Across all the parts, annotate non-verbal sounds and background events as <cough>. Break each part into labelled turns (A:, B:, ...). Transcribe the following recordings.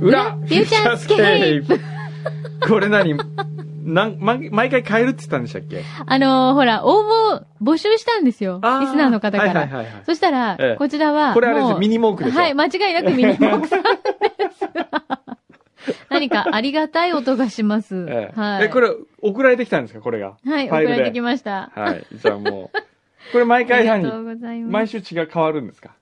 A: 裏フ
B: ューチャースケー
A: プこれ何なん、ま、毎回変えるって言ったんでしたっけ
B: あのーほら、応募、募集したんですよ。
A: あー
B: リスナーの方から。
A: はいはいはいはい
B: そしたら、
A: ええ
B: こちらは、
A: これあれです
B: もう
A: ミニモークでしょ
B: はい、間違いなくミニモーク
A: <laughs>
B: さんです。何かありがたい音がします。
A: ええ
B: はい。
A: え、これ、送られてきたんですかこれが。
B: はい、
A: ファ
B: 送
A: イルで
B: られてきました。
A: はい。じゃあもう。これ毎
B: あ
A: 回
B: りが
A: 何
B: とうございま
A: 毎
B: す。
A: 週違う変わるんですか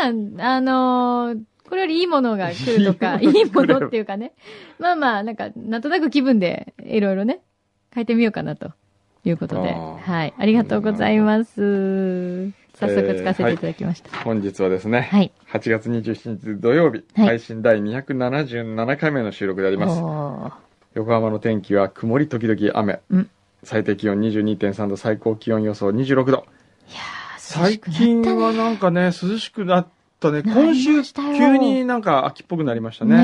B: まあ、あのーこれよりいいものが来るとか、
A: い
B: い
A: い
B: い
A: も
B: も
A: のが来る
B: のっていうかね。まあまあ、なんか、なんとなく気分で、いろいろね、変えてみようかなということで。
A: あー
B: はい。ありがとうございます。早速使わせていただきました。
A: 本日はですね、
B: はい
A: 8月27日土曜日、
B: はい
A: 配信第277回目の収録であります。
B: おー
A: 横浜の天気は曇り時々雨。
B: うん
A: 最低気温22.3度、最高気温予想26度。
B: 涼し
A: 最
B: くなったね
A: 近はなんかね、涼しくなったね。
B: なり
A: 今
B: ま
A: 週、
B: したよ
A: 急になんか秋っぽくなりましたね。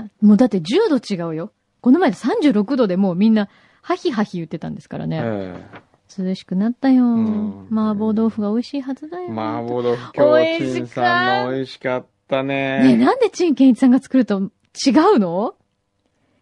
B: ねえ。もうだって10度違うよ。この前で36度でもうみんな、ハヒハヒ言ってたんですからね。
A: え
B: 涼しくなったよ
A: ん。
B: 麻婆豆腐が美味しいはずだ
A: え
B: よ。
A: 麻婆豆腐、今日、
B: 美
A: チ
B: 味しか
A: ンさんの美味しかった
B: ねえ、
A: ね。
B: なんで陳健一さんが作ると違うの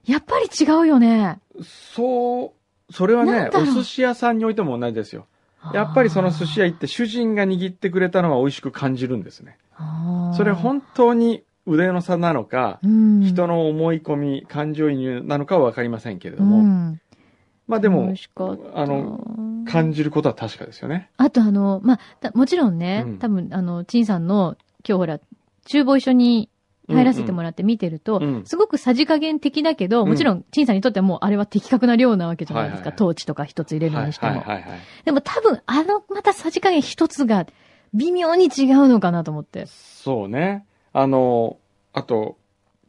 B: やっぱり違うよね。
A: そう、それは
B: な
A: ね
B: ん、だ
A: お
B: ろう
A: 寿司屋さんにおいても同じですよ。やっぱりその寿司屋行って主人が握ってくれたのは美味しく感じるんですね。
B: あー、
A: それ本当に腕の差なのか、
B: うん、
A: 人の思い込み、感情移入なのかはわかりませんけれど
B: う
A: も。
B: ん、
A: まあで
B: 美
A: も
B: 味しかっ、
A: あの、
B: の
A: 感じることは確かですよね。
B: あとあの、まあ、たもちろんね、
A: うん
B: 多分あの、陳さんの、今日ほら、厨房一緒に入らせても
A: ら
B: らって見てると、
A: うん
B: すごくさじ加減的だけど、
A: うん
B: もちろん、陳さんにとってはもうあれは的確な量なわけじゃないです
A: はいはい
B: か。
A: はい
B: トーチとか一つ入れる
A: は
B: に
A: い
B: して
A: はい
B: も。
A: はいはい。
B: でも多分、あの、またさじ加減一つが微妙に違うのかなと思って。
A: そうね。あの、あと、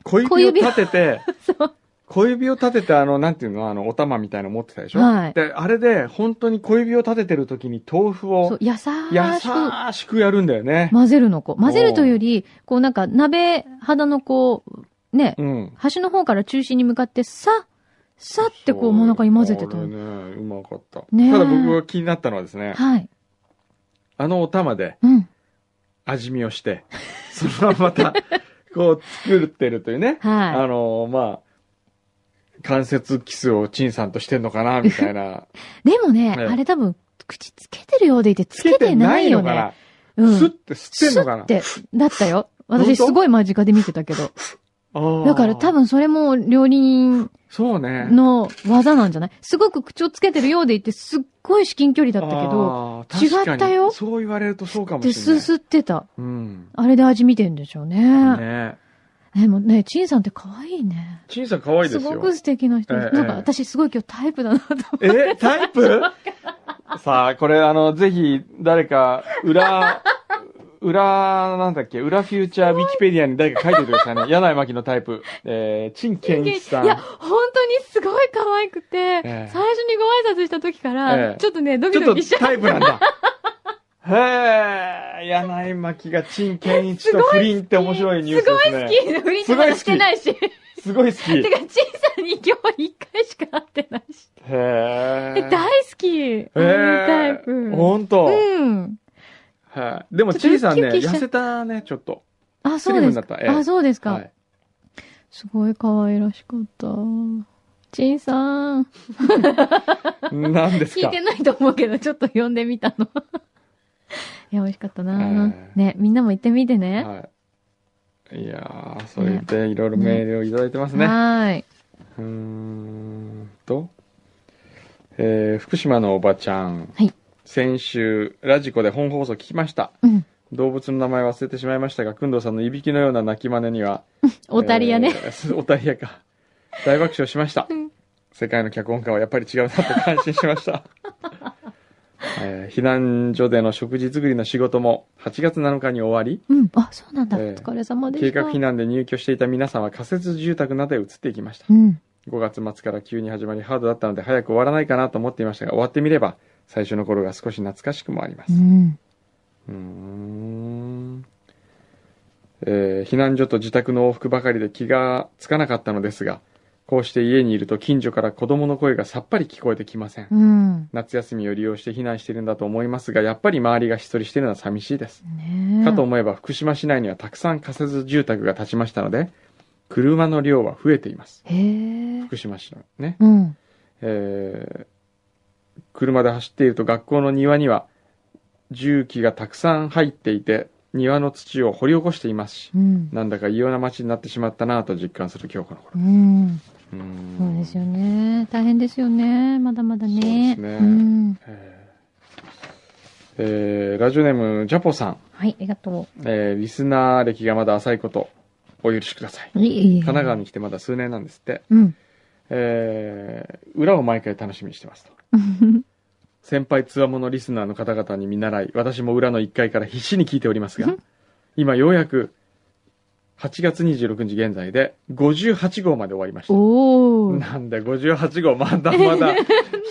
A: 小指を
B: 小指を
A: 立てて、
B: そう。
A: 小指を立てて、あの、なんていうの、あの、お玉みたいの持ってたでしょ、
B: はい
A: で、あれで、本当に小指を立ててる時に豆腐
B: そう
A: を、
B: 優しく
A: 優しくやるんだよね。
B: 混ぜるの、こう。混ぜるというより、こうなんか、鍋肌のこう、ね、
A: うん。
B: 端の方から中心に向かって、さ、さってこう真ん中に混ぜてた
A: そうあ
B: の
A: れ。ね、うまかった。
B: ねえ
A: ただ僕が気になったのはですね、
B: はい。
A: あのお玉で
B: うん。
A: 味見をして、そのまままた、こう、作ってるというね。あ
B: は
A: の、まあ、関節キスをチンさんとしてんのかな、みたい <laughs> な。
B: い。でもね、
A: ええ
B: あれ多分、口つけてるようでいて、つけてないよね。
A: ス
B: うん。
A: ッて吸ってんのかな
B: って、だった
A: <laughs>
B: よ。
A: 当
B: 私すごい間近で見てたけど。だから多
A: 分。
B: 分それも料理人
A: そうね。
B: の技なんじゃないすごく口をつけてるようでいて、すっごい至近距離だったけど、
A: あー確かに
B: 違ったよ
A: そう言われるとそうかもし
B: で、
A: れ
B: す
A: ない。
B: すってた。
A: うん。
B: あれで味見てんでしょうね。
A: ね
B: でもね、チンさんって可愛いね。
A: チンさん可愛いです
B: す
A: よ。
B: ごく素敵な人です。
A: ええ
B: なんか私すごい今日タイプだなと思って。
A: え、タイプ <laughs> さあ、これあの、ぜひ、誰か、裏、裏、なんだっけ、裏フューチャーウィキペディアに誰か書いておいてくださいね。柳井真紀のタイプ。えー、陳健一さん。
B: いや、本当にすごい可愛くて、
A: え
B: 最初にご挨拶した時から、
A: ええ
B: ちょっとね、ド
A: ち
B: キ
A: ょ
B: ド
A: っ
B: キしち
A: と
B: ゃう。
A: タイプなんだ。 <laughs> へえ、柳井真紀が陳健一と不倫って面白いニュースですね。
B: 好きなふりとかしてないし。
A: すごい好き。
B: てか、ちんさんに今日一回しか会ってないし。
A: へ
B: え
A: え。
B: 大好きあのタイプ。
A: ほんと。
B: うん。
A: はいでも、
B: ち
A: チ
B: ょっと
A: リさんね、
B: ウキウキしちゃう
A: 痩せたね、ちょっと。
B: あ、そうです
A: スリムにな
B: か
A: っ。たええ
B: あ、そうですか。
A: はい。
B: すごい可愛らしかった。ちんさん。
A: 何です
B: 聞い
A: か
B: てないと思うけど、ちょっと呼んでみたの。 <laughs> いや、美味しかったな、
A: ええ
B: ね、みんなも行ってみてね。
A: はい。いやー、そう言って、いろいろメールをいただいてますね。
B: はーい。
A: うーんと。えー、福島のおばちゃん。
B: はい
A: 先週、ラジコで本放送聞きました。
B: うん
A: 動物の名前忘れてしまいましたが、くんどうさんのいびきのような泣き真似には、
B: オタリアね。
A: えー。オタリアか。大爆笑しました
B: うん。 <laughs>
A: 世界の脚本家はやっぱり違うなと感心しました。えー避難所での食事作りの仕事も8月7日に終わり、
B: うん。あ、そうなんだ。お
A: ええ
B: 疲れ様でした。
A: 計画避難で入居していた皆さんは仮設住宅などへ移っていきました。
B: うん。
A: 5月末から急に始まりハードだったので早く終わらないかなと思っていましたが、終わってみれば最初の頃が少し懐かしくもありま
B: う
A: す。
B: ん。
A: うーんえー避難所と自宅の往復ばかりで気がつかなかったのですがこうして家にいると近所から子供の声がさっぱり聞こえてきません、
B: うん。
A: 夏休みを利用して避難しているんだと思いますがやっぱり周りが一人しているのは寂しいです、
B: ねえ。
A: かと思えば福島市内にはたくさん仮設住宅が建ちましたので車の量は増えています
B: へえ。
A: 福島市のね、
B: うん。
A: えー車で走っていると学校の庭には重機がたくさん入っていて庭の土を掘り起こしていますし
B: うん。
A: なんだか異様な街になってしまったなぁと実感する今日この頃
B: うん。
A: うーん
B: そうですよね。大変ですよね。まだまだね。
A: そうですね
B: ん。
A: えーえーラジオネームジャポさん、
B: はい、ありがと。
A: えーリスナー歴がまだ浅いことお許しくださいう
B: いえいえ
A: 神奈川に来てまだ数年なんですって、
B: うん。
A: えー裏を毎回楽しみにして
B: <laughs>
A: ますと先輩つわものリスナーの方々に見習い私も裏の1階から必死に聞いておりますが
B: うん
A: 今ようやく8月26日現在で58号まで終わりました
B: おお。
A: なんで58号まだま
B: <laughs>
A: だ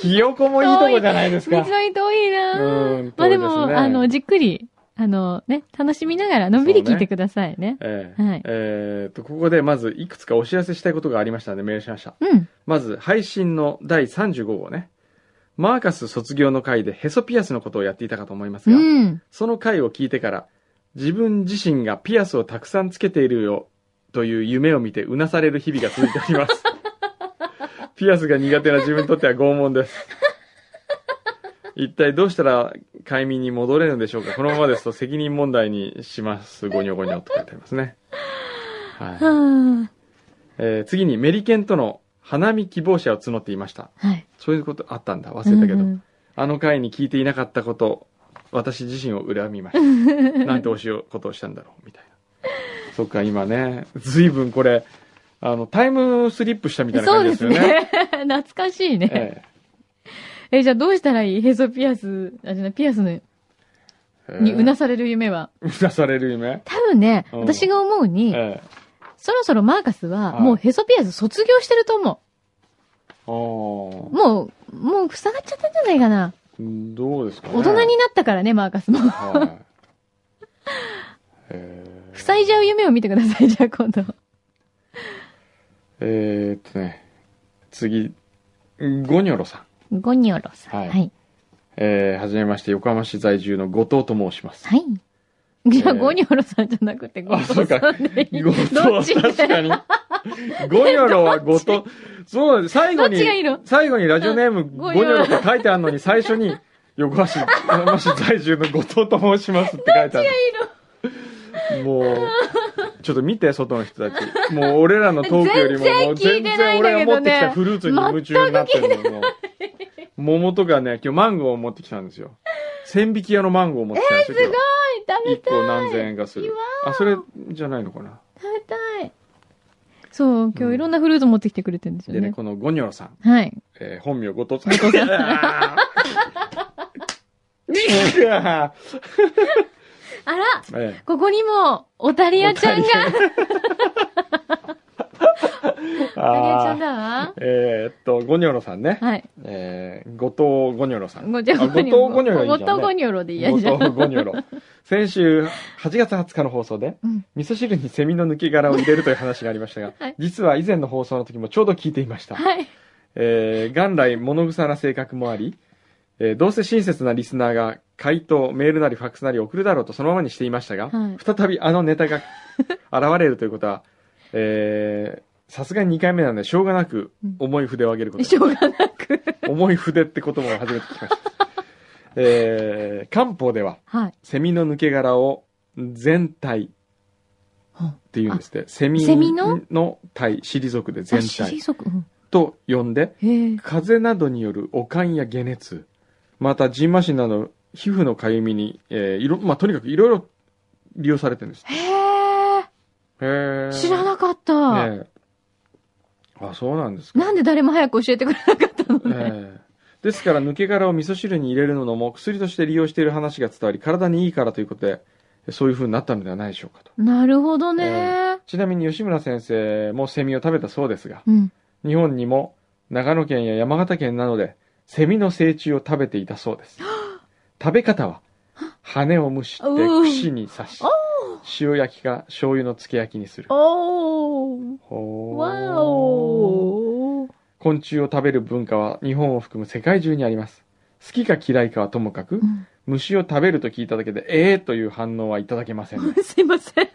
A: ひよこもいいとこじゃないです
B: 道
A: か
B: のり遠いなぁ
A: うん
B: まあ
A: 遠
B: で
A: い
B: も、
A: ですね
B: あの、じっくり、あの、ね、楽しみながら、のんびり聞いてくださいね。
A: ええ
B: はい
A: えーとここでまずいくつかお知らせしたいことがありましたのでメールしました
B: うん。
A: まず配信の第35号ねマーカス卒業の回でヘソピアスのことをやっていたかと思います
B: う
A: が、
B: ん。
A: その回を聞いてから、自分自身がピアスをたくさんつけているよという夢を見てうなされる日々が続いております。ピアスが苦手な自分にとっては拷問です。一体どうしたら快眠に戻れるのでしょうかこのままですと責任問題にします。ごにょごにょと書いてありますね。はい
B: はあ。
A: えー次にメリケンとの花見希望者を募っていました。
B: はい。
A: そういうことあったんだ。忘れたけど。
B: うん
A: あの回に聞いていなかったこと、私自身を恨みました。
B: <laughs>
A: なんておしようことをしたんだろう、みたいな。そっか、今ね、ずいぶんこれ、あの、タイムスリップしたみたいな
B: そ
A: 感
B: う
A: じ
B: で
A: です
B: す
A: よね。
B: ね。 <laughs> 懐かしいね。
A: え
B: え、じゃあどうしたらいいヘソピアス、あ、じゃないピアスの、
A: え
B: にうなされる夢は。
A: うなされる夢。
B: 多分ね、
A: うん
B: 私が思うに、
A: ええ
B: そろそろマーカスは、
A: はい
B: もうヘソピアス卒業してると思
A: お
B: う。もう、もう塞がっちゃったんじゃないかな。
A: ーどうですかね。
B: 大人になったからね、マーカスも。 <laughs>
A: はい。ええ
B: 塞いじゃう夢を見てください、じゃあ今度。
A: えーっとね、次、ゴニョロさん。
B: ゴニョロさん。
A: はい
B: はい。
A: えーはじめまして、横浜市在住の後藤と申します。
B: はい。じゃあ、
A: えー
B: ゴニョロさんじゃなくて、ゴ
A: あ、
B: ト
A: そう
B: さ
A: か。
B: んでいい。
A: 後
B: どっ
A: 藤、
B: ち
A: 確かに。ゴニョロは後藤。そうなんです。最後
B: どっちがいい
A: に
B: の、
A: 最後にラジオネームゴ
B: ゴ
A: ニ
B: ニ
A: ョ
B: ョ
A: ロ
B: ロ
A: って書いてあるのに、最初に、横浜市、横浜市在住の後藤と申しますって書いてある。もう、ちょっと見て、外の人たち。もう俺らのトークよりも、もう全
B: 全然聞いてな
A: 然
B: いん
A: 俺
B: だけどね
A: が持ってきたフルーツに夢中になってるのもう。桃とかね、今日マンゴーを持ってきたんですよ。千匹屋のマンゴーを持ってきたんですよ。
B: すごい食べ
A: 1
B: たい
A: 個何千円かする
B: うわ。
A: あ、それじゃないのかな。
B: 食べたいそう、今日いろんなフルーツ持ってきてくれてるんですよ
A: でね、
B: ね。
A: このゴニョロさん、
B: はい。
A: えー本名ごとつさん。 <laughs> あ <laughs> ー
B: あら
A: え
B: ここにも、オタリアちゃんが、
A: え
B: オタリアちゃ
A: あ
B: ん
A: ー
B: だわ。
A: えーっと、ゴニョロさんね。
B: はい。
A: えー、後藤ゴニョロさん。
B: ごじゃ
A: あ
B: あ
A: 後藤ゴニョロいい
B: ご
A: じ
B: と
A: ゃん、ね。
B: ゴニョロでいいやじゃ
A: 後藤
B: ん。
A: ゴニョロ。先週、8月20日の放送で、
B: うん
A: 味噌汁にセミの抜け殻を入れるという話がありましたが、
B: はい
A: 実 <laughs> は以前の放送の時もちょうど聞いていました。
B: はい。
A: えー元来物臭な性格もあり、えーどうせ親切なリスナーが回答、メールなりファックスなり送るだろうとそのままにしていましたが、
B: はい
A: 再びあのネタ
B: <laughs>
A: が現れるということは、えーさすがに2回目なのでしょうがなく
B: うん
A: 重い筆を上げることに、
B: しょうがなく。
A: 重い筆って言葉を初めて聞きました。 <laughs> えー漢方では、
B: はい。
A: セミの抜け殻を全体って言うんですって、セミ
B: セミの
A: の体、退くで
B: あ、
A: 全体
B: 退く。うん
A: と呼んで、
B: へえ。
A: 風邪などによる悪寒や解熱またジンマシンなど皮膚のかゆみに、えーいろまあ、とにかくいろいろ利用されてるんです
B: へ
A: へ
B: え。知ら
A: かっ
B: なかった。
A: ええあそうなんですか
B: なんで誰も早く教えてくれなかったの
A: え
B: ね。
A: えですから抜け殻を味噌汁に入れるのも薬として利用している話が伝わり体にいいからということでそういう風になったのではないでしょうかと
B: なるほどね、
A: えちなみに吉村先生もセミを食べたそうですが
B: うん。
A: 日本にも長野県や山形県などでセミの成虫を食べていたそうです食べ方は羽をむしって
B: うん
A: 串に刺し塩焼きか醤油のつけ焼きにする
B: おー。
A: ほー
B: わおー。
A: 昆虫を食べる文化は日本を含む世界中にあります好きか嫌いかはともかく
B: うん
A: 虫を食べると聞いただけでええー、という反応はいただけませんね
B: <laughs> すいません。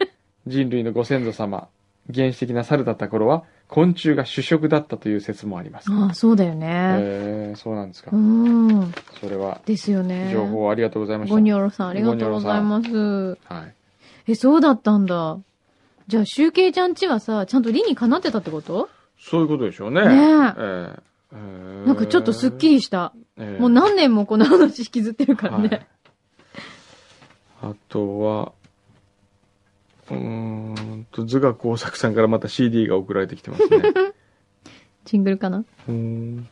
A: 人類のご先祖様原始的な猿だった頃は昆虫が主食だったという説もあります
B: ああ、そうだよ
A: へ
B: ね。
A: えー、そうなんですか
B: うん。
A: それは
B: ですよね。
A: 情報ありがとうございました
B: ゴニョロさん、ありがとうございます。
A: はい
B: え、そうだったんだ。じゃあ、シュウケイちゃんちはさ、ちゃんと理にかなってたってこと
A: そういうことでしょうね
B: ねえ
A: ええ
B: なんかちょっとすっき
A: り、
B: りした。
A: ええ
B: もう何年もこの話引きずってるから
A: は
B: ね
A: い。あとは、うーんと、図画工作さんからまた CD が送られてきてます
B: <laughs>
A: ね。
B: ジングルかな
A: うーん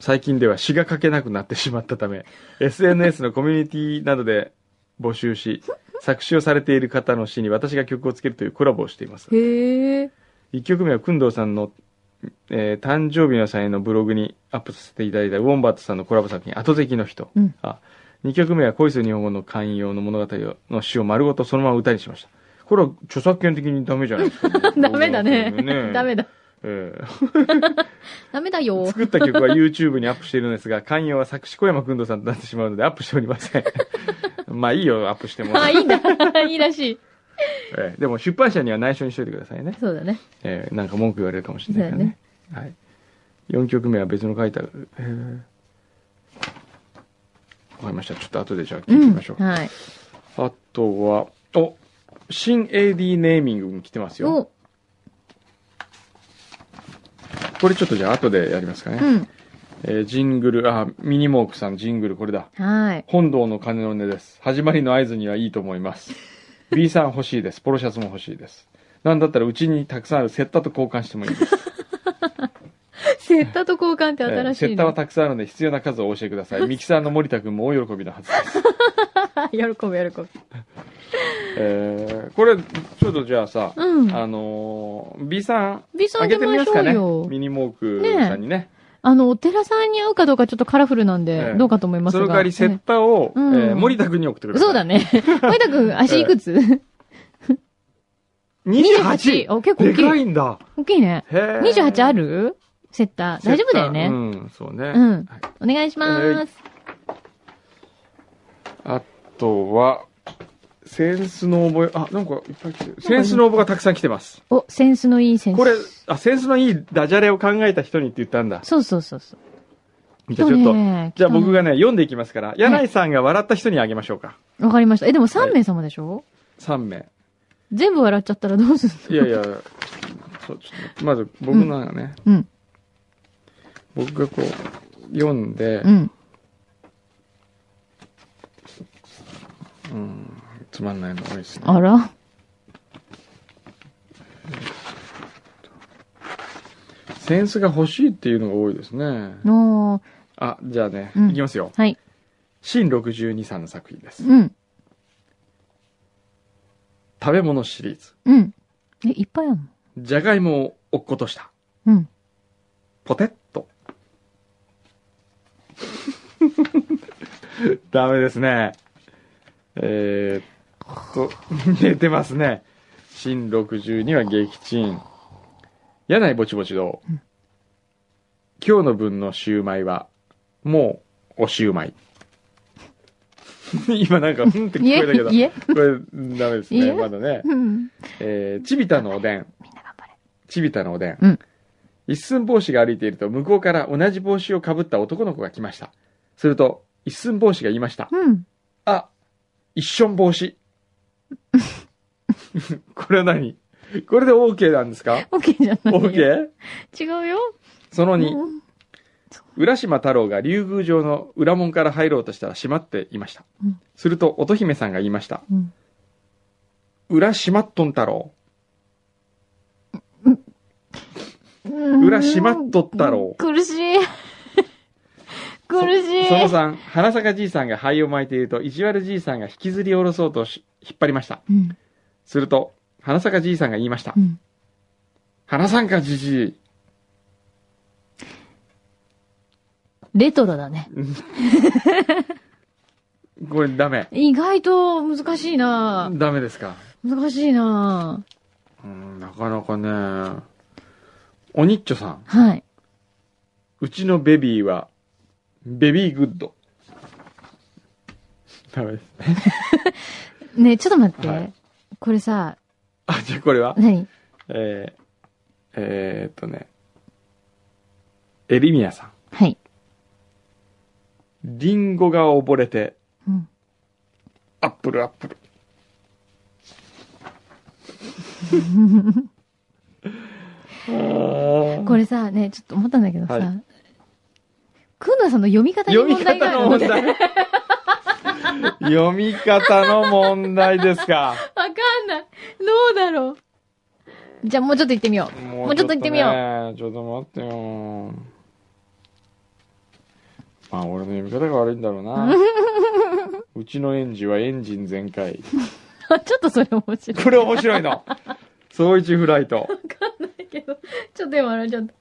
A: 最近では詩が書けなくなってしまったため、SNS のコミュニティなどで募集し、作詞をされている方の詩に私が曲をつけるというコラボをしています。
B: へえ。
A: 1曲目は、くんどうさんの、えー誕生日の際のブログにアップさせていただいたウォンバットさんのコラボ作品、後席の人。
B: うん
A: あ2曲目は、恋する日本語の寛容の物語の詩を丸ごとそのまま歌にしました。これは著作権的にダメじゃないですか、
B: <laughs> ダメ
A: <laughs>
B: だね。 <laughs> ダメ
A: だ。
B: だ。
A: ええ
B: ダメだよ。
A: 作った曲は YouTube にアップしているんですが、関与は作詞小山くんどさんとなってしまうのでアップしておりま
B: <laughs>
A: せん。まあいいよ、アップしても。
B: あ、いいんだ。 <laughs> いいらしい。
A: ええでも出版社には内緒にしといてくださいね。
B: そうだね。
A: ええなんか文句言われるかもしれないからね。はい。4曲目は別の書いてある。ええわかりました。ちょっと後でじゃあ聞いてみましょう。
B: はい。
A: あとは、お新 AD ネーミングも来てますよ。
B: お、
A: これちょっとじゃあ後でやりますかね。
B: うん。
A: ええジングル、あ、ミニモークさんジングルこれだ。
B: はい。
A: 本堂の鐘の音です。始まりの合図にはいいと思い
B: <laughs>
A: ます。B さん欲しいです。ポロシャツも欲しいです。なんだったらうちにたくさんあるセッタと交換してもいいです。
B: セッタと交換って
A: えー
B: 新し
A: セ
B: い
A: ッタは
B: の。
A: たくさんあるので必要な数をお教えくだ <laughs> さい。ミキサーの森田君も大喜びのはずです。
B: <laughs> 喜ぶ、喜ぶ。
A: <laughs> えーこれ、ちょっとじゃあさ、
B: うん
A: あのー B さん、
B: ビさ
A: あ
B: ん
A: げ
B: 出
A: てみま
B: まし
A: すか
B: ょう
A: ね。
B: よ。
A: ミニモークさんにね。
B: あの、お寺さんに合うかどうかちょっとカラフルなんで
A: え、え
B: どうかと思います
A: そ
B: が。
A: の代わりセッタを、
B: うん
A: えー森田君に送ってく
B: え
A: だ
B: え
A: さい。
B: そう
A: <laughs>
B: だね。森田くん、足いくつ
A: 28!
B: あ、結構
A: で
B: 大き
A: か
B: い。
A: いんだ。
B: 大きいね。
A: へー
B: 28あるセッター。大丈夫だよね。
A: うん、そうね。
B: うん
A: はい
B: お願いします。
A: あとは、センスの覚え、あ、なんかいっぱい来てる。センスの応募がたくさん来てます。
B: お、センスのいいセンス。
A: これ、あ、センスのいいダジャレを考えた人にって言ったんだ。
B: そうそうそうそう。
A: じゃあちょっと、
B: ね
A: じゃあ僕。
B: 来
A: がね、読んでいきますから、柳井さんが笑った人にあげましょうか。
B: たねわかりました。え、でも3名様でしょ
A: 3名。
B: 全部笑っちゃったらどうする
A: いやいや、そう、ちょっと待って、まず僕のがね、
B: のうん。
A: 僕がこう、読んで、
B: うん。
A: うん、つまんないの多いですね。
B: あら
A: センスが欲しいっていうのが多いですね。
B: の
A: あ、じゃあね、
B: うん
A: いきますよ。
B: はい。
A: 新62さんの作品です。
B: うん。
A: 食べ物シリーズ。
B: うん。え、いっぱいあるの
A: じゃがいもを落っことした。
B: うん。
A: ポテッと。 <laughs> ダメですね。えーっと、 <laughs> 寝てますね。新62は撃沈。柳井ぼちぼちどう。今日の分のシューマイは、もう、おシューマイ。 <laughs> 今なんか、うんって聞
B: い
A: こ
B: え
A: えたけど、こ
B: いえ
A: れ、ダメです
B: い
A: ね。
B: え
A: まだね。
B: うん。
A: えー、ちびたのおでん。
B: みんな頑張れ。
A: ちびたのおでん。
B: うん
A: 一寸法師が歩いていると、向こうから同じ帽子をかぶった男の子が来ました。すると、一寸法師が言いました。
B: うん。
A: あ、一寸帽子。 <laughs> これは何これで OK なんですか
B: OK じゃないよ。
A: ?OK?
B: 違うよ。
A: その2、
B: うん
A: 浦島太郎が竜宮城の裏門から入ろうとしたら閉まっていました。
B: うん
A: すると、乙姫さんが言いました。
B: うん。
A: 浦島っとん太郎。
B: うん
A: 裏閉まっとったろう
B: 苦しい。苦しい。
A: その3、花坂じいさんが灰を巻いていると、意地悪じいさんが引きずり下ろそうとし引っ張りました。
B: うん。
A: すると、花坂じいさんが言いました
B: う。ん。
A: 花さんかじじい。
B: レトロだね。
A: これダメ。
B: 意外と難しいな
A: ダメですか。
B: 難しいな
A: うん、なかなかね。おにっちょさん、
B: はい。
A: うちのベビーは、ベビーグッド。ダメです。
B: ねえちょっと待って。
A: はい
B: これさ、
A: あ、じゃあこれは
B: 何
A: えー、えーっとね。エリミヤさん。
B: はい。
A: リンゴが溺れて、
B: うん。
A: アップルアッ
B: <laughs>
A: プル。
B: これさ、ねえちょっと思ったんだけどさ、
A: は
B: くんなさんの読み方に
A: 読み
B: 問題が
A: 方
B: あ
A: の
B: る
A: 問題。読み方の問題ですか。
B: わかんない。どうだろう。じゃあもうちょっと行ってみよう。もうちょっと行ってみよう。
A: う。ちょっと待ってよ。まあ、俺の読み方が悪いんだろう
B: <laughs>
A: な。うちの園児はエンジン全開。
B: <laughs> ちょっとそれ面白い
A: これ面白い
B: <laughs>
A: の。総一フライト。
B: けど、 <laughs> ちょっと今笑っちゃった。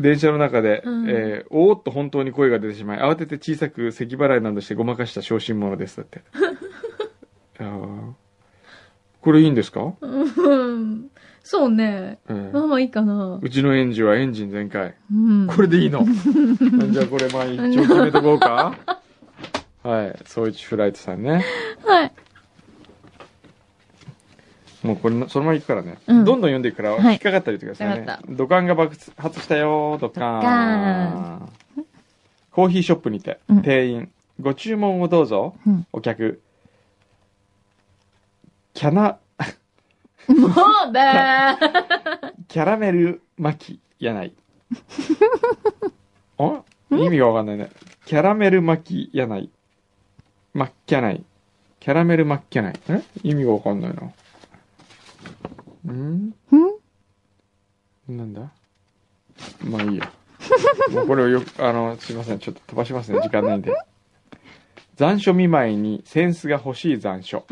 A: 電車の中で、
B: うん
A: えーおーっと本当に声が出てしまい、慌てて小さく咳払いなどしてごまかした小心者です。だ
B: <laughs>
A: って。あーこれいいんですか、
B: うん。そうね。
A: えー
B: まあまあいいかな。
A: うちの園児はエンジン全開。
B: うん。
A: これでいい
B: <laughs>
A: の。じゃあこれ、まあ一応決めとこうか。はい。総一フライトさんね。
B: はい。
A: もうこれの、そのまま行くからね。
B: うん
A: どんどん読んでいくから、
B: はい
A: 引っかかったりしてください
B: わ
A: ね
B: かっ。
A: 土管が爆発したよー、土管。
B: 土管
A: コーヒーショップにて、
B: うん
A: 店員、ご注文をどうぞ、
B: うん
A: お客。キャナ、
B: もうだー。
A: キャラメル巻き、やない。 <laughs> あ意味がわかんないね。キャラメル巻き、やない。まっきゃない。キャラメル巻きやない。え意味がわかんないな。ん
B: うん
A: なんだまあいいや。 <laughs> もうこれをよく、あの、すいません。ちょっと飛ばしますね。時間ないんで。残暑見舞いにセンスが欲しい残暑。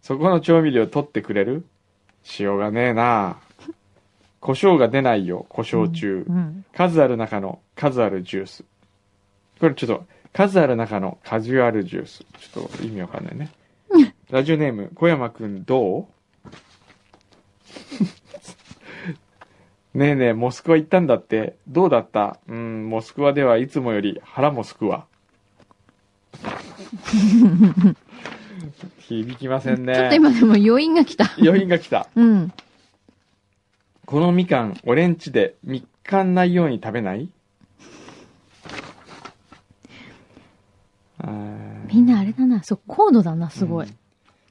A: そこの調味料取ってくれる塩がねえな胡椒が出ないよ。胡椒中。
B: うん。
A: 数ある中の数あるジュース。これちょっと、数ある中のカジュアルジュース。ちょっと意味わかんない
B: <laughs>
A: ね。ラジオネーム、小山くんどう <laughs> ねえねえ、モスクワ行ったんだって、どうだったうん、モスクワではいつもより腹もすく
B: <laughs>
A: わ。響きませんね。
B: ちょっと今でも余韻が来た。
A: 余韻が来た。
B: うん。
A: このみかん、俺んちで、みっかんないように食べないあー
B: みんなあれだな。そう、高度だな、すごい。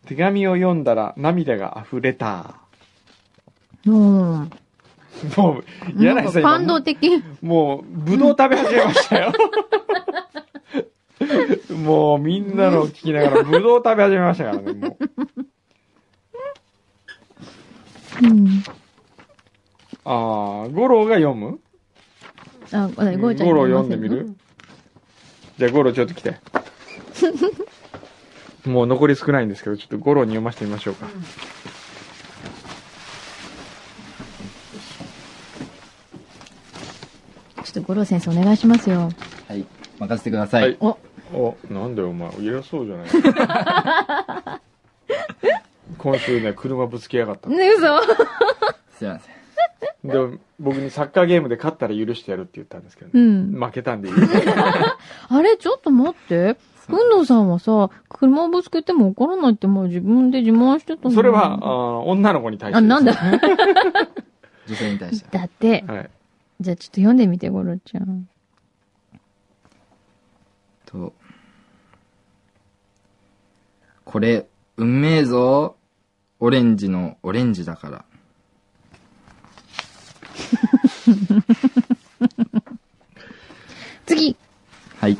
A: 手紙を読んだら涙が溢れた。
B: うん。
A: もう、
B: なん
A: 柳井
B: か
A: さん
B: 感動
A: 今、
B: 的。
A: もう、ぶどう食べ始めましたよ。もう、みんなのを聞きながら、ぶどう食べ始めましたからね、もう。
B: うん。
A: ああ、五郎が読む
B: あ、ごめんゴーちゃん。
A: ゴロ読んでみるじゃあゴロちょっと来て。もう残り少ないんですけど、ちょっとゴロに読ませてみましょうか。
B: ちょっと五郎先生お願いしますよ。
C: はい。任せてください。
A: はい
B: お、
A: お、なんだよお前、偉そうじゃない。 <laughs> 今週ね、車ぶつけやがった。
B: ね、嘘
C: すいません。
A: でも、僕にサッカーゲームで勝ったら許してやるって言ったんですけど
B: う
A: ね。
B: ん。
A: 負けたんでいい。
B: あれ、ちょっと待って。くんどうさんはさ、車をぶつけても怒らないってもう自分で自慢してたのに
A: それは、あ、ー女の子に対して。
B: あ、なん。だ
C: 女性に対しては。
B: <laughs> だって、
A: はい。
B: じゃあちょっと読んでみて、ゴロちゃん。
C: と。これ、うんめえぞ。オレンジのオレンジだから。
B: 次
C: はい。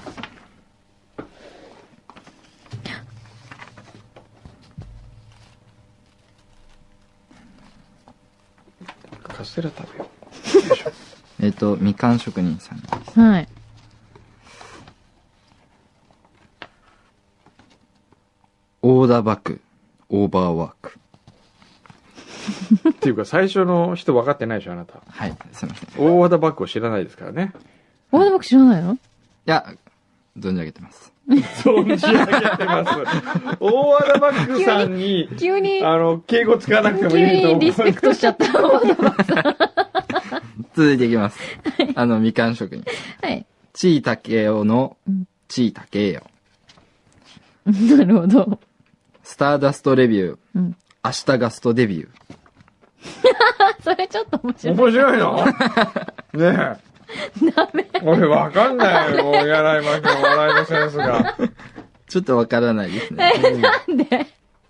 A: カステラ食べよう。
C: えっ、と、みかん職人さん。
B: はい。
C: オーダーバック、オーバーワーク。
A: っていうか、最初の人分かってないでしょ、あなた。
C: はい、すいません。い
A: 大和田バッグを知らないですからね。
B: オーダーバック知らないの
C: や、存じ上げてます。
A: 存じ上げてます。大和田バッグさんに、
B: 急に、
A: あの、敬語使わなくても
B: 急
A: いいと
B: に
A: 思
B: リスペク
A: う。
B: トしちゃった。 <laughs>
C: 続いていきます。あの、みかん職人。
B: はい。
C: ちいたけおの
B: うん、
C: ちいたけよ。
B: なるほど。
C: スターダストレビュー、
B: うん。
C: 明日ガストデビュー。
B: あ、それちょっと面白い。
A: 面白いのねえ。ダメ。俺分かんないよ、もう柳井真紀の笑いのセンスが。
C: ちょっとわからないです <laughs> ね。
B: な
A: <laughs>
B: んで
C: え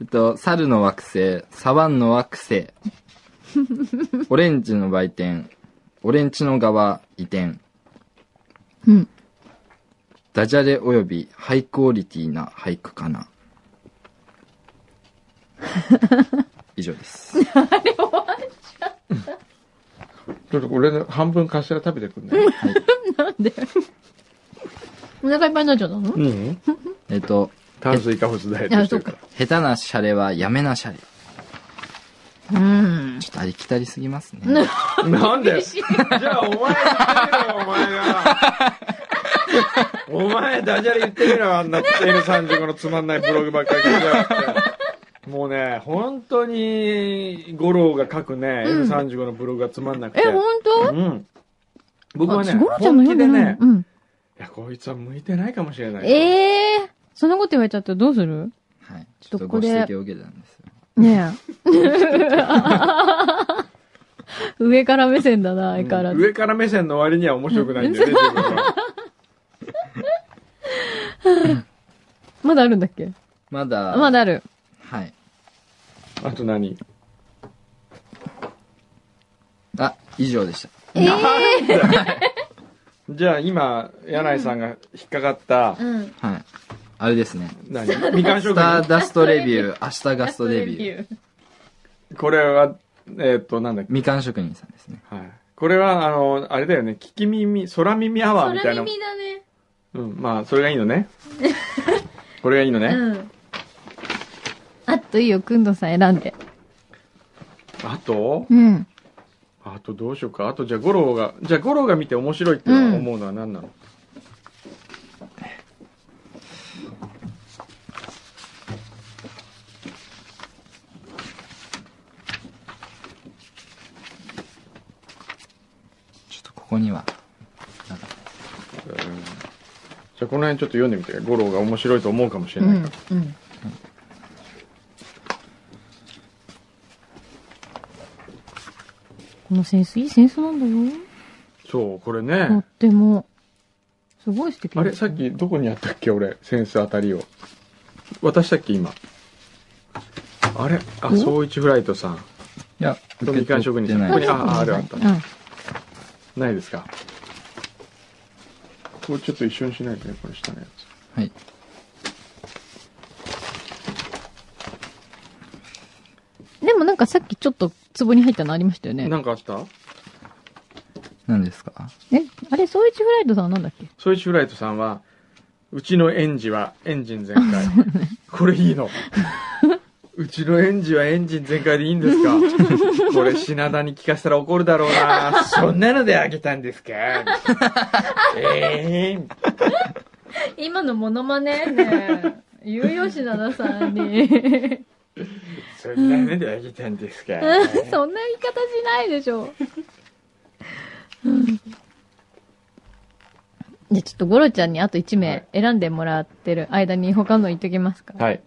C: っと、猿の惑星、サバンの
B: <laughs>
C: 惑星。オレンジの売店、オレンジの側移転。
B: うん。
C: ダジャレおよびハイクオリティな俳句
B: <laughs>
C: かな。以上です。
A: ちょっと俺の半分カステラ食べてくんね。
B: なんでお腹いっぱいになっちゃったの
A: うん。
C: えっと、
A: 炭水化物ダイエットしてるから。
C: 下手なシャレはやめなシャレ。ち
B: うん。
C: ょっとありきたりすぎますね。
A: なん
B: <laughs>
A: でじゃあお前言ってみろよ、お前が。お前ダジャレ言ってみろよ、あんな N35 のつまんないブログばっかり書きやがって。もうね、本当に、五郎が書くね、
B: うん
A: N35 のブログがつまんなくて。
B: え、ほんと
A: うん。僕はね、
B: あゴロちゃんの
A: 本気
B: 読んで
A: で
B: ない
A: ね、
B: のうん。
A: いや、こいつは向いてないかもしれない。
B: ええー、そんなこと言われちゃったらどうする
C: はい。ち
B: ちょっと
C: ょっと
B: こ
C: ご
B: れ
C: 指摘を受けたんですよ。
B: ねえ。 <laughs> 上から目線だな、
A: うん
B: 相変わらず。
A: 上から目線の割には面白くないんだよね、自分は。
B: まだあるんだっけ
C: まだ、
B: まだある。
C: はい。
A: あと何
C: あ、以上でした。
B: ええ
A: じゃあ今、柳井さんが引っかかった、
B: うん。
C: はい。あれですね。
A: 何みかん
C: ス
A: 職人
C: ターダストレビュー、 <laughs> 明日ガストデビュ
B: ー。
C: ー。
A: これは、えっ、と、なんだっけ。
C: みかん職人さんですね。
A: はい。これは、あの、あれだよね。聞き耳、空耳アワーみたいな。
B: だね。
A: うん。まあ、それがいいの
B: <laughs>
A: ね。これがいいのね。
B: うん。あっといいよ、くんどさん選んで。
A: あと、
B: うん。
A: あとどうしようか。あと、じゃあ、五郎が、じゃあ、五郎が見て面白いって
B: うん
A: 思うのは何なの、
C: ちょっとここには。
A: じゃあ、この辺ちょっと読んでみて。五郎が面白いと思うかもしれ
B: う
A: ない
B: ん
A: か。
B: うん。このセンスいいセンスなんだよ。
A: ら。そう、これ
B: とっ
A: ね。
B: ても。すごい素敵
A: あれ、さっきどこにあったっけ俺、センス当たりを。渡したっけ今。あれあ、総一フライトさん。
C: いや、
A: みかん職人さん。こ
C: な
A: こに、
C: いです。
A: あ、あるあった。
B: うん。
A: ないですかこれちょっと一緒にしないとねこれ下のやつ
C: はい。
B: でもなんかさっきちょっと壺に入ったのありましたよね。
A: なんかあった
C: 何ですか
B: え、あれ、総一フライドさんはなんだっけ
A: ソイチフライトさんはうちの園児はエンジン全 <laughs> 開、これいいのうちの園児はエンジン全開でいいんですかこれ品田に聞かせたら怒るだろうなそんなのであげたん <laughs> ですかええー、
B: 今のモノマネ <laughs> ね、有用紙ななさんに。
A: そんなのであげたんですか
B: <laughs> そんな言い方しないでしょ。じゃあちょっとゴロちゃんにあと1名選んでもらってる間に他の言っときますか。
A: はい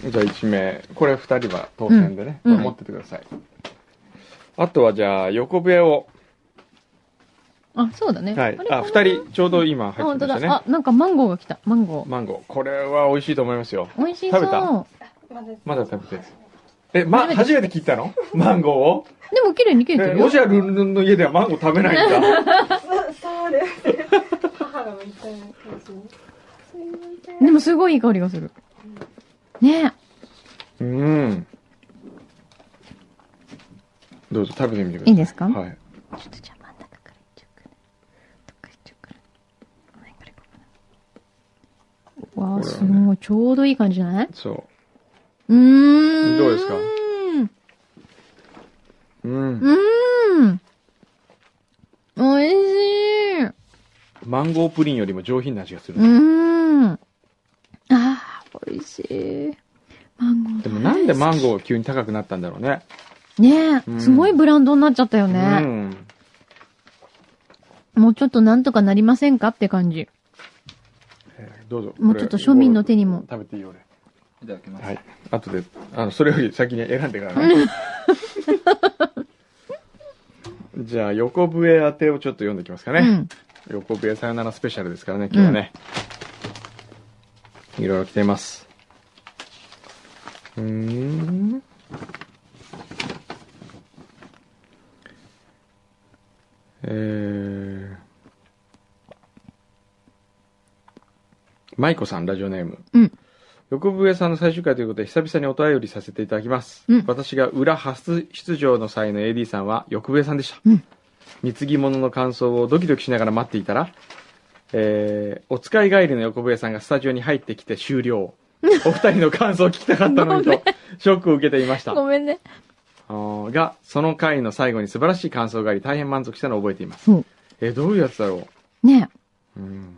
A: じゃあ1名これ2人は当選でね、
B: うんうん
A: 持っててくださいあとはじゃあ横笛を
B: あ、そうだね。
A: はい
B: あ。れ
A: あ、二。人、ちょうど今
B: あ、
A: 入っ
B: 本
A: て
B: 当
A: ましたね。
B: だ。あ、なんかマンゴーが来た。マンゴー。
A: マンゴー。これは美味しいと思いますよ。
B: 美味しそう。
A: 食べたまだ食べて。え、ま、初めて聞いたのマンゴーを
B: でも綺麗に切れて
A: え、
B: るよ
A: ロ。シアルンルンの家ではマンゴー食べないん
B: <laughs>
A: だ。
D: そそうです。母が見たいですね。すいません。
B: でもすごいいい香りがする。ね
A: うん。どうぞ食べてみてくだ
B: え。
A: さ
B: い
A: い。
B: いですか
A: はい。
B: ちょっとじゃあ真ん中からいっちゃおうかな。どっかいっちゃおうかな。真ん中からいこうかな。
A: これは
B: わあ、
A: ね
B: すごい。ちょうどいい感じじゃない
A: そう
B: ーん。
A: どうですか
B: う
A: う。うん。
B: ーん。おいしい。う
A: マンゴープリンよりも上品な味がする。
B: ーん。ああ、おいしい。マンゴー。
A: でもなんでマンゴー急に高くなったんだろうね。
B: ね
A: う
B: え、
A: ん
B: すごいブランドになっちゃったよ
A: う
B: ね。
A: ん。
B: もうちょっとなんとかなりませんかって感じ。
A: えーどうぞ。
B: もうちょっと庶民の手にも
A: これ食べていいよ、俺。
C: いただきます。
A: はい。後で、あの、それより先に選んでからね。 <laughs> じゃあ、横笛当てをちょっと読んでいきますか
B: う
A: ね。
B: ん。
A: 横笛さよならスペシャルですからね、今日はね。いろいろ来ています。うーん。えー。舞子さん、ラジオネーム。
B: うん
A: 横笛さんの最終回ということで久々にお便りさせていただきます。
B: うん
A: 私が裏初出場の際の AD さんは横笛さんでした。
B: うん
A: 貢ぎ物の感想をドキドキしながら待っていたら、えーお使い帰りの横笛さんがスタジオに入ってきて終了。お二人の感想を聞きたかったのにと、ショックを受けていました。
B: ごめんね。
A: あーが、その回の最後に素晴らしい感想があり、大変満足したのを覚えています
B: うん。
A: えーどういうやつだろ
B: ね
A: ううん。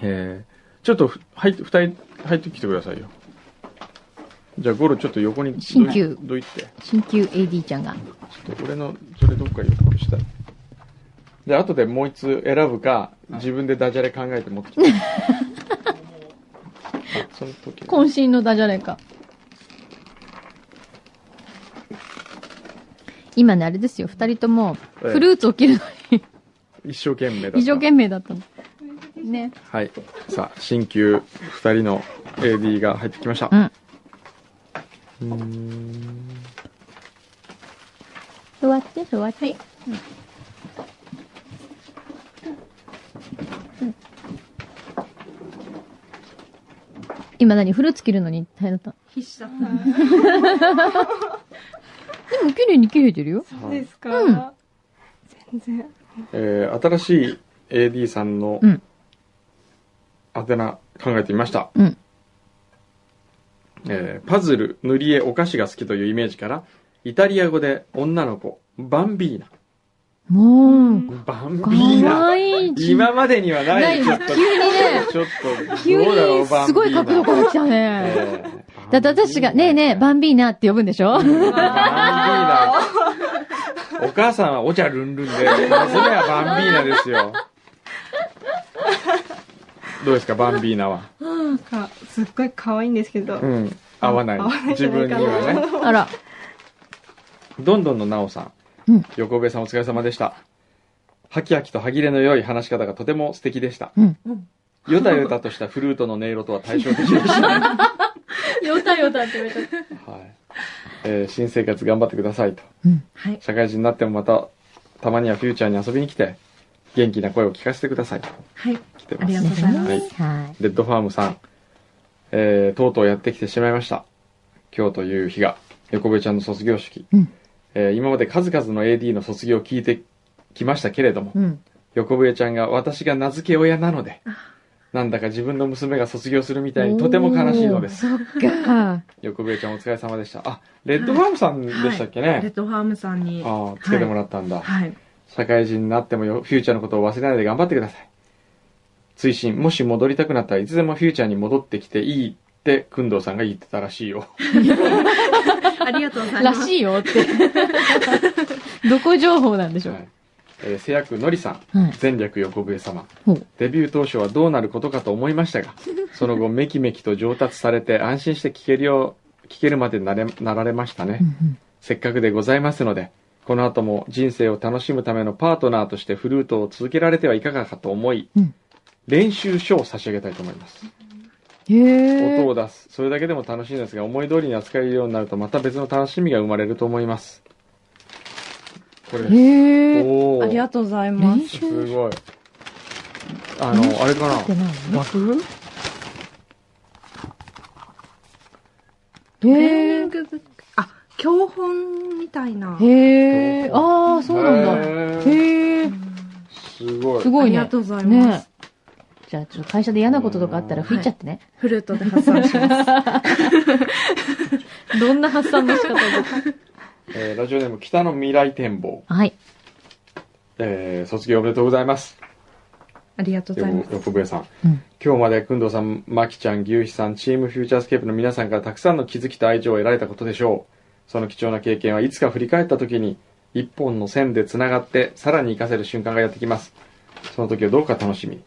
A: えーちょっとふ、入って、二人、入ってきてくださいよ。じゃあ、ゴロちょっと横に、
B: 新旧
A: どいどいって。
B: え、新旧 AD ちゃんが。
A: ちょっと俺の、それどっか横にしたい。で、後でもう一つ選ぶか、自分でダジャレ考えて持ってき
B: <laughs>
A: て。あその時。
B: 渾身のダジャレか。今ね、あれですよ。二人とも、
A: ええ
B: フルーツを切るのに、
A: 一生懸命だった。
B: 一生懸命だったの。ね。
A: はい。さあ、新旧二人の AD が入ってきました。
B: うん
A: うーん
B: 座って、座って。今何フルーツ切るのに大変だった。
D: 必死だっ
B: <laughs> でも綺麗に切れてるよ。
D: た。ですか、
B: うん
D: 全然。
A: えー新しい AD さんの
B: うん
A: 宛名考えてみました。
B: うん
A: えーパズル、塗り絵、お菓子が好きというイメージから、イタリア語で女の子、バンビーナ。
B: もう、
A: バンビ
B: か
A: ーナ
B: わいい。
A: 今までにはない。
B: ない
A: ちょっと、
B: 急にね
A: ちょっと、
B: 急に
A: どうだろう、バンビーナ。
B: すごい角度から来たね。
A: えー
B: だって私が、ねえねえ、バンビーナって呼ぶんでしょ
A: バンビー <laughs> ナ。お母さんはお茶ルンルンで、娘はバンビーナですよ。どうですか、バンビーナは。
D: なんか、すっごい可愛いんですけど。
A: うん。合わない
D: 合わ。ないんじ
A: 自
D: ゃない
A: 分に
D: かな
A: はね。
B: あら。
A: どんどんのなおさん。
B: うん
A: 横部さんお疲れ様でした。はきはきと歯切れの良い話し方がとても素敵でした。
B: うん
A: よたよたとしたフルートの音色とは対照的でした。は
B: よたよたって言われ
A: い。えー新生活頑張ってくださいと。
D: はい。
A: 社会人になってもまた、たまにはフューチャーに遊びに来て、元気な声を聞かせてくださいと。
D: はい。
A: 来て
D: あ
A: ま
D: りが
A: す
D: とう。ございます。
A: はい
B: た。はい。
A: レッドファームさん、えー、とうとうやってきてしまいました。今日という日が、横部ちゃんの卒業式。
B: うん
A: えー今まで数々の AD の卒業を聞いてきましたけれども、
B: うん。
A: 横笛ちゃんが私が名付け親なので、なんだか自分の娘が卒業するみたいにとても悲しいのです。
B: そっか。
A: 横笛ちゃんお疲れ様でした。あ、レッドファームさんでしたっけね。
D: レッドファームさんに。は
A: ああ、つけてもらったんだ。
D: い。
A: 社会人になってもよフューチャーのことを忘れないで頑張ってください。追伸、もし戻りたくなったらいつでもフューチャーに戻ってきていいって、くんどうさんが言ってたらしいよ。
D: ありがとうござい
B: ら
D: ます。
B: しいよって。どこ情報なんでしょ
A: は
B: う
A: い。えー、せやくのりさん。
B: はい。
A: 前略横笛様
B: ほう
A: デビュー当初はどうなることかと思いましたがその後めきめきと上達されて安心して聞けるよう聞けるまでなれなられましたね、
B: うんうん
A: せっかくでございますのでこの後も人生を楽しむためのパートナーとしてフルートを続けられてはいかがかと思い、
B: うん
A: 練習書を差し上げたいと思います、
B: へ
A: 音
B: え。
A: を出すそれだけでも楽しいんですが思い通りに扱えるようになるとまた別の楽しみが生まれると思いますこれ
B: へえ。
A: おお
D: ありがとうございます
B: 練。習
A: す
B: し
A: ごいあのあれかな
B: てないの
A: 楽譜
B: へえ。
D: あ、教本みたいな。
B: へえ。ああ、そうなんだ。
A: へー
B: へえ。
A: すごい
B: すご
D: あ
B: い
D: り
B: ね。
D: がとうございます
B: ね。じゃあ、ちょっと会社で嫌なこととかあったら吹いちゃってね。
E: フルートで発散
A: <laughs>
E: します。
B: どんな発散の仕方ですか
A: えーラジオネーム北の未来展望。
B: はい。
A: えー卒業おめでとうございます。
E: ありがとうございます。
A: 横笛さん。
B: うん
A: 今日まで、くんどうさん、まきちゃん、ぎゅうひさん、チームフューチャースケープの皆さんからたくさんの気づきと愛情を得られたことでしょう。その貴重な経験はいつか振り返った時に、一本の線で繋がって、さらに活かせる瞬間がやってきます。その時をどうか楽しみに。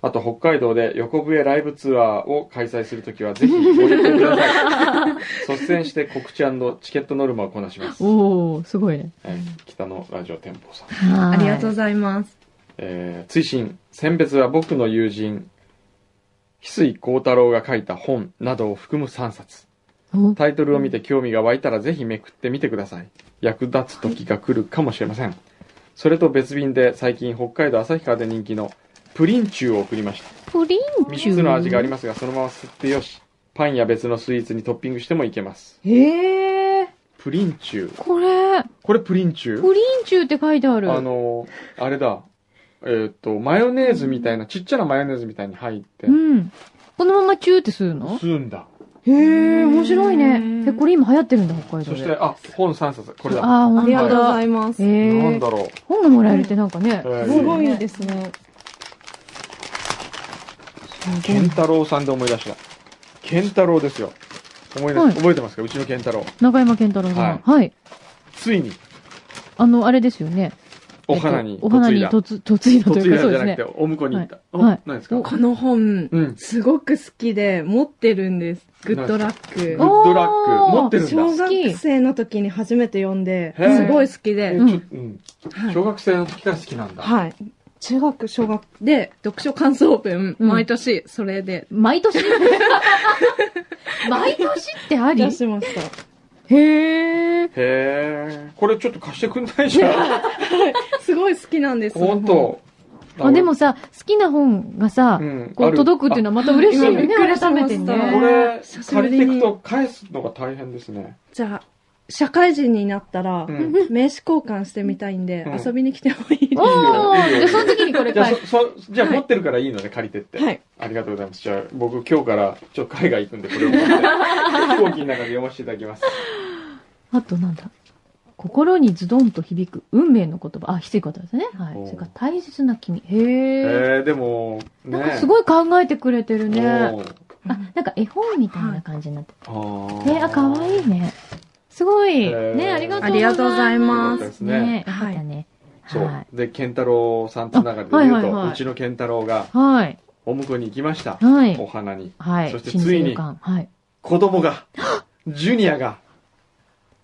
A: あと、北海道で横笛ライブツアーを開催するときは、ぜひご一報ください。
B: <laughs>
A: 率先して告知チケットノルマをこなします。
B: おおすごいね。
A: えー北のラジオ店舗さん。
B: あ
E: ありがとうございます。
A: えー追伸選別は僕の友人翡翠幸太郎が書いた本などを含む3冊
B: お
A: タイトルを見て興味が湧いたらぜひめくってみてください役立つ時が来るかもしれませんそれと別便で最近北海道旭川で人気のプリンチューを送りました
B: プリンチュ
A: 3
B: ー。
A: つの味がありますがそのまま吸ってよしパンや別のスイーツにトッピングしてもいけます
B: へえー、
A: プリンチュー
B: これ、
A: これプリンチュー
B: プリンチューって書いてある。
A: あのあれだえっ、とマヨネーズみたいなちっちゃなマヨネーズみたいに入って
B: うん。このままチューってするの
A: 吸うんだ
B: へえ、面白いうね。
E: ん
B: え、これ今流行ってるんだ、北海
A: そ
B: 道で。
A: してあ本3冊これだ
B: ああ、
E: あ
B: 本
E: り
B: 当
E: がとうござ
B: だ。
E: います。
B: え
A: なん
B: ー、
A: だろ
B: 本がもらえるってなんかね、
A: うん
E: すごい
B: で
E: ですね。
A: う健太郎さんで思い出した健太郎ですよ思い出す
B: はい
A: 覚えてますかうちの健太郎
B: 中山健太郎さん。はい。
A: ついに
B: あの、あれですよね。
A: お花に
B: えっとお花
A: 嫁
B: に
A: いだ
B: とつ、とついだと
A: 嫁
B: い
A: いう
B: か、そ
A: だ
B: う
A: じ
B: で
A: ゃ
B: す
A: なく
B: ね
A: て。お婿に行ったお
B: はい
A: 何ですか
E: この本、
A: うん
E: すごく好きで、持ってるんです。グッドラッ
A: グ
E: ク。
A: ッドラック持ってるんだ
E: 小
B: 好き
E: 学生の時に初めて読んで、
A: へー
E: すごい好き
A: え
E: で
A: ち、ょ
B: うん
A: うん
E: はい
A: 小学生の時から好きなんだ
E: はい。中学、小学で、読書感想文、
B: うん
E: 毎年、それで
B: 毎年 <laughs> 毎年ってあり
E: 出しました。
B: へえ。
A: へえこれちょっと貸してくんないじゃん
E: すごい好きなんで
A: <laughs>
E: す。
A: 本当
B: あ、でもさ、好きな本がさ、
A: うん
B: こ
A: あ
B: う
A: る
B: 届くっていうのはまた嬉しいよね、
E: 今びっくりしました
B: 改めて
A: あ
B: ね。
A: これ
E: 久しぶ
A: 借
E: り
A: り
E: に
A: ていくと返すのが大変ですね
E: じゃあ、社会人になったら、
A: うん
E: 名刺交換してみたいんで、
A: うん
E: 遊びに来てもいいです
B: お
E: か
B: おー
A: いいよいいよ
B: じゃあその時にこれ
A: じゃあ
B: 返す。
A: そそじゃあ
E: はい
A: 持ってるからいいのね借りてって
E: はい。
A: ありがとうございます。じゃあ、僕今日からちょっと海外行くんで、これ
B: <laughs>
A: を持って飛行機の中で読ませていただきます。
B: あとなんだ。心にズドンと響く運命の言葉。あ、ひついことですね。はい
A: お。ー
B: それから大切な君。へえ。
A: えー、でも、ね。
B: なんかすごい考えてくれてるね。あ、
A: おー
B: なんか絵本みたいな感じになって
A: あー
B: ね、あ、かわいいね。すごい。
A: へー
B: ね、ありがとうございます。
E: ありがとうございま。
A: よかったですすね
B: よかったね。
A: そ
B: は
A: う。で、健太郎さんつながりで
B: あ
A: 言う
B: はいはい
A: と、
B: はいう
A: ちの健太郎が
B: い。はい。
A: お婿に行きました。
B: はい
A: お。花に。
B: はい。
A: そしてついに
B: 親近感はい。
A: 子供
B: <gasps>
A: が、ジュニアが、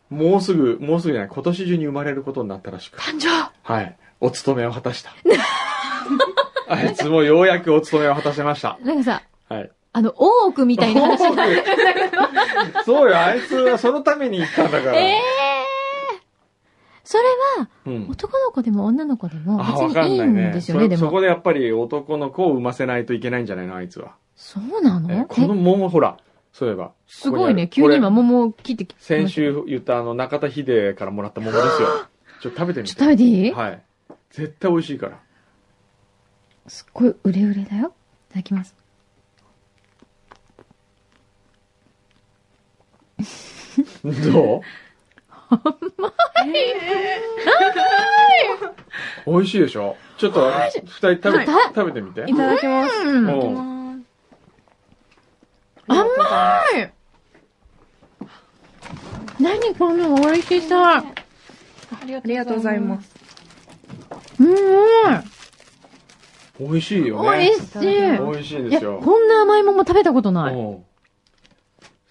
A: もうすぐ、もうすぐじゃない、今年中に生まれることになったらしく、
B: 誕生
A: はい。お勤めを果た
B: <laughs>
A: した。あいつもようやくお勤めを果たせました。
B: なんかさ、
A: はい。
B: あの、大奥みたいな話。
A: <laughs> そうよ、あいつはそのために行ったんだから。
B: ええそれは、
A: うん。
B: 男の子でも女の子でも
A: あ、わ
B: 別
A: かん
B: にいい
A: ない
B: ん
A: ね。
B: です
A: そ
B: よね、
A: れ
B: で
A: そ
B: も。
A: こでやっぱり男の子を産ませないといけないんじゃないの、あいつは。
B: そうな
A: え
B: の
A: この
B: え
A: もうほら、そういえば。
B: すごい
A: こ
B: ね。
A: こ
B: 急
A: にあ
B: に
A: る
B: 今桃を切ってき
A: これ先。週言ったあの、中田秀からもらった桃ですよ。ちょっと食べてみ
B: ちょ
A: て。
B: っと食べていい
A: はい。絶対美味しいから。
B: すっごい売れ売れだよ。いただきます。
A: どう甘い美味しいでしょちょっと、二人食べ、
B: はい
A: 食べてみて
E: い。ただきます。
B: うん。
A: おう
E: あんま
B: 何この美味しさ。
E: ありがとうございます。
B: うんうん。
A: 美味しいよ
B: 美
A: ね
B: 味。しい。
A: <laughs> 美味しいん
B: い
A: で
B: や、
A: すよ。
B: こんな甘い桃食べたことない。
A: うん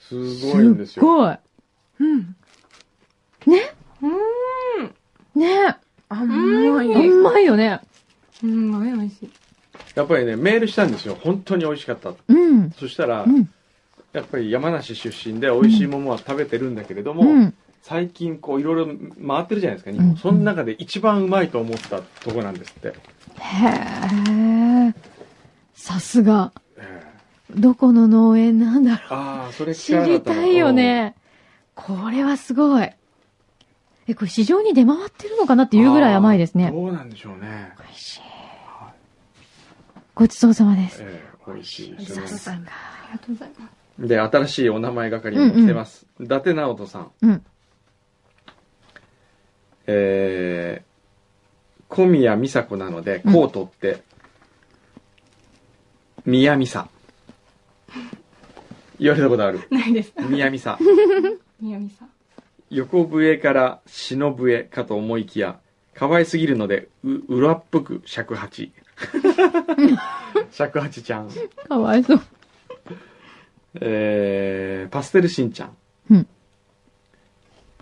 A: すごいんです
B: すっ
A: よ。
B: ごい。
E: うん。
B: ね
E: あんまい。
B: え。うまいよね。
E: うん、まい美味しい。
A: やっぱりね、メールしたんですよ。本当に美味しかった。
B: うん。
A: そしたら、
B: うん。
A: やっぱり山梨出身で美味しい桃は食べてるんだけれども、
B: うん。
A: 最近こういろいろ回ってるじゃないですか、日
B: う
A: 本。
B: ん
A: その中で一番うまいと思ったとこなんですって。
B: へえ。さすが。
A: ええ
B: どこの農園なんだろ
A: ああ、それ聞
B: う。知
A: かなか
B: り
A: ったの
B: たいよ。ね。これはすごい。え、これ市場に出回ってるのかなって
A: うん
B: いうぐらい甘いですね。
A: どうなんでしょうね。
B: 美味しい。ごちそうさまです。
A: えー美味しいです
B: さ
A: ね。
B: すが。
E: ありがとうございます。
A: で、新しいお名前係も来てます。伊達直人さん。
B: うん。
A: えー、小宮美佐子なので、こうとって、宮美佐。言われたことある。
D: ないです。
A: 宮美佐。
D: 宮美さん。
A: 横笛から篠笛かと思いきや、可愛すぎるので、う、裏っぽく尺八。尺八ちゃん。
B: かわいそう。
A: えー、パステルしんちゃん。
B: うん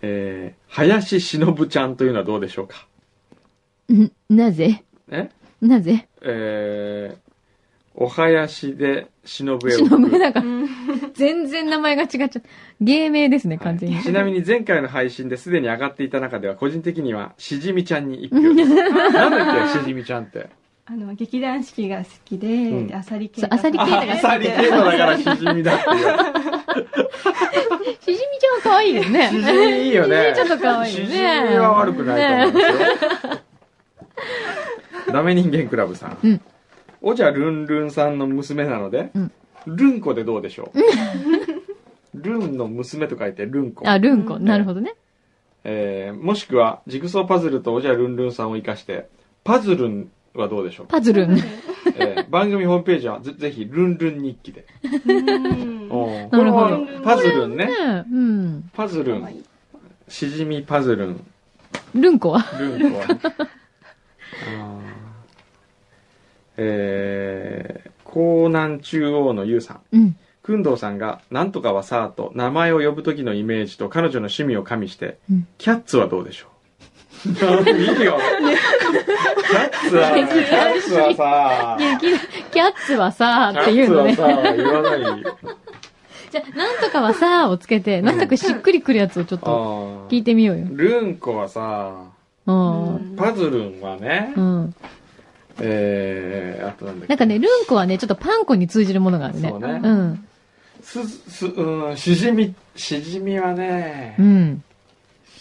A: えー、林忍ちゃんというのはどうでしょうか
B: んなぜ
A: え
B: なぜ
A: えー、お囃子で忍ぶ絵を
B: 忍
A: 吹
B: ぶ
A: く。
B: だから、全然名前が違っちゃった。芸名ですね、完全に
A: はい。ちなみに前回の配信ですでに上がっていた中では個人的にはしじみちゃんに一
B: <laughs>
A: 票です。なんだっけしじみちゃんって。
D: あの、劇団四季が好きで、
A: ん
D: でアサリ系
B: そう
D: が
B: アサリ系
A: あ、
B: だ
A: アサリケイトだからしじみだっていう。
B: しじみちゃんは可愛いよね。
A: しじみいいよね。
B: しじみちょっと可愛いね
A: しじみは悪くないと思いますよ。ダメ人間クラブさん。
B: うん
A: おじゃルンルンさんの娘なので、
B: うん
A: ルンコでどうでしょう。
B: <laughs>
A: ルンの娘と書いてルンコ。
B: あ、ルンコ。なるほどね。。
A: えーもしくは、ジグソーパズルとおじゃルンルンさんを生かして、パズルンはどうでしょう
B: <laughs> パズルン。
A: えー番組ホームページはぜぜひ、ルンルン日記で。
D: うん
A: おー
B: なるほど
A: これはパズルンね。
B: うん。
A: パズル
D: 可愛
A: ン。
D: い
A: しじみパズルン。
B: ルンコは。
A: ルンコはね。あーえー、江南中央のゆうさん。
B: うん。
A: くんどうさんが、なんとかはさーと名前を呼ぶ時のイメージと彼女の趣味を加味して、
B: うん
A: キャッツはどうでしょういいよ。キャッツは、キャッツはさ
B: いやキキャッツはさ
A: キャ
B: ーっていうの
A: ッ
B: ね
A: ツ。はさ言わない。
B: じゃあ、なんとかはさーをつけて、なんとかしっくりくるやつをちょっ
A: あ
B: と
A: ー
B: 聞いてみようよ。
A: ルンコはさ
B: うん。
A: パズルンはね、
B: うん。
A: えー、あとなんだっけ。
B: なんかね、ルンコはね、ちょっとパンコに通じるものがあるね。
A: そうね
B: うん。
A: す、す、うん、しじみ、しじみはね
B: う、ん。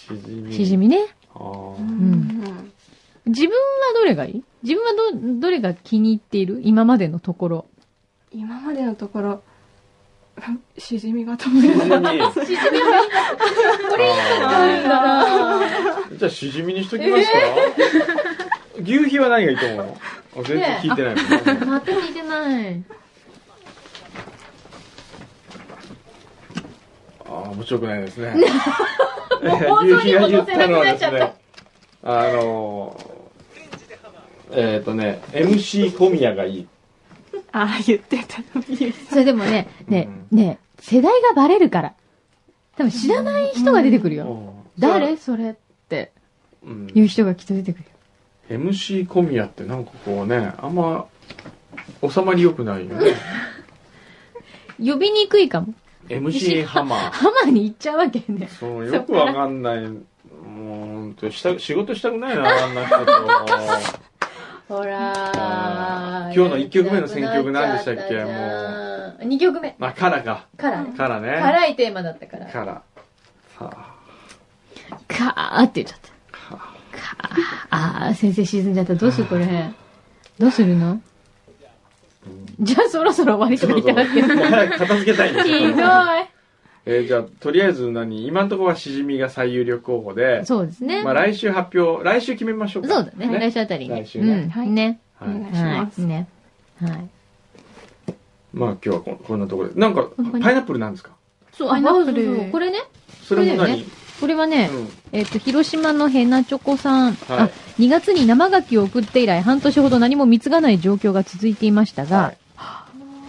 A: しじみ。
B: しじみね。
A: あー
D: うん
B: 自分はどれがいい自分はど、どれが気に入っている今までのところ。
D: 今までのところ、 <laughs> しじみが飛
E: <laughs>
D: ぶ。
B: <laughs>
A: しじみ。これいいじゃあ、しじみにしときますか。牛皮は何がいいと思うのあ全然聞いてないもんね。
B: 全く聞いてない。
A: ああ、面白くないですね。えー牛皮が言ったのはですね、あのー、えっとね、MC 小宮がいい。
D: ああ、言ってたのに。
B: それでもね、ね、ね、世代がバレるから。多分知らない人が出てくるよ。誰それって
A: うん
B: いう人がきっと出てくるよ。
A: MC 小宮ってなんかこうね、あんま収まり良くないよ <laughs> ね。
B: 呼びにくいかも。
A: MC ハマー。
B: ハマに行っちゃうわけね。
A: そうよくわかんない。もう、ほんとした、仕事したくないな、あんな人 <laughs> と。
B: ほ
A: あ
B: ら
A: ー今日の一曲目の選曲何でしたっけ
B: う。2曲目。
A: まあ、カラか。
B: からね。
A: カラね。
B: 辛いテーマだったから。
A: カラ。
B: <laughs>
A: さ
B: かーって言っちゃった。かー。あー、先生沈んじゃった。どうするこれ。どうするのじゃあそろそろ終わ
A: あ。
B: りとか言っ
A: <laughs>
B: てますけど。
A: 早く片付けたいんです
B: ひ
A: よ
B: ど。
A: えーじゃあ、とりあえず何今んとこはシジミが最有力候補で
B: い。、そうですね。
A: まあ来週発表、来週決めましょう
B: そう
A: か。
B: だね。来週あたりに。
A: 来週ね
B: うん。
D: はい
B: ね。
D: お
A: は
D: 願い
A: い
D: し。ま
B: は
D: す
B: い。。ね。はい。
A: まあ今日はここんなところで。なんか
B: ここ、に
A: パイナップルなんですか
B: そう、
D: パ
B: あ、
D: イナッ
B: そう
D: プ
B: そう
D: ル
B: そう。これね。
A: それも
B: これだよ
A: 何
B: ねこれはね、
A: うん。
B: えっと、広島のヘナチョコさん。
A: は
B: あ
A: い、
B: 2月に生牡蠣を送って以来、半年ほど何も貢がない状況が続いていましたが、
A: はい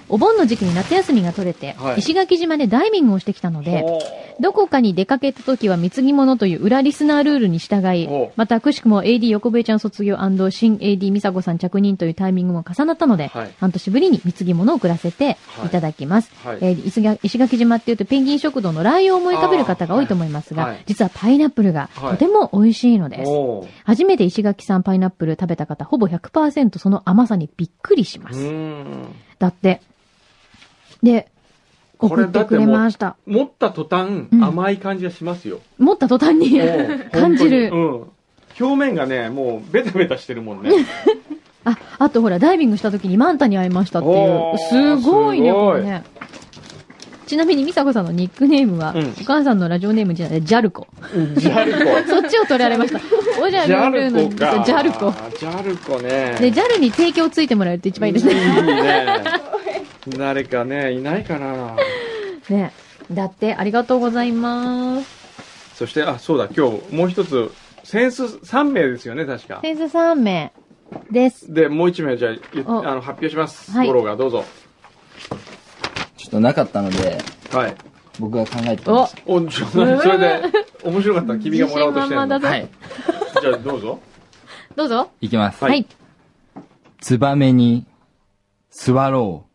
B: お盆の時期に夏休みが取れて、
A: はい
B: 石垣島でダイビングをしてきたので、
A: ほ
B: どこかに出かけた時は貢ぎ物という裏リスナールールに従い
A: お、
B: またくしくも AD 横笛ちゃん卒業新 AD 美佐子さん着任というタイミングも重なったので、
A: はい
B: 半年ぶりに貢ぎ物を送らせていただきます。
A: うはい。
B: えー石垣石垣島っていうとペンギン食堂のライオンを思い浮かべる方が多いと思いますが、
A: あーはい
B: 実はパイナップルが
A: はい
B: とても美味しいのです。
A: おー
B: 初めて石垣さんパイナップル食べた方、ほぼ100%その甘さにびっくりしま
A: う
B: す。
A: ーん。
B: だって。で、
A: これ
B: 送ってくれました。
A: 持った途端、
B: うん
A: 甘い感じがしますよ。
B: 持った途端に
A: もう
B: 感じる。
A: 本当にうん。表面がね、もうベタベタしてるもんね。
B: あ、あとほら、ダイビングした時にマンタに会いましたって
A: お
B: い
A: ー
B: う。すごいね、
A: すごい
B: これね。ちなみに、ミサコさんのニックネームは、
A: うん
B: お母さんのラジオネームじゃない、ジャ
A: <laughs>
B: ルコ。
A: ジャルコ。
B: そっちを取られました。おじゃ
A: ジャ
B: るの
A: ルコか。
B: ジャルコ。。
A: ジャルコね。
B: で、ジャルに提供ついてもらえるって一番いいです
A: い
B: ね。
A: いね。誰かね、いないかな。
B: ね。だって、ありがとうございます。
A: そして、あ、そうだ、今日もう一つ、センス3名ですよね、確か。
B: 先生3名です。
A: で、もう1名、じゃあ、ゆ
B: お
A: あの発表します。
B: はい
A: ゴロがどうぞ。
C: ちょっとなかったので、
A: はい。
C: 僕が考えてき
B: お
C: まし
A: お、ちょ、それで、面白かったら君がもらおうとしてるの。
B: 自信満々
C: た。
B: だ
A: じ
B: ぞ
C: はい。
A: ゃあ、どうぞ。
B: どうぞ。
C: いきます。
A: はい
B: はい。
C: ツバメに、座ろう。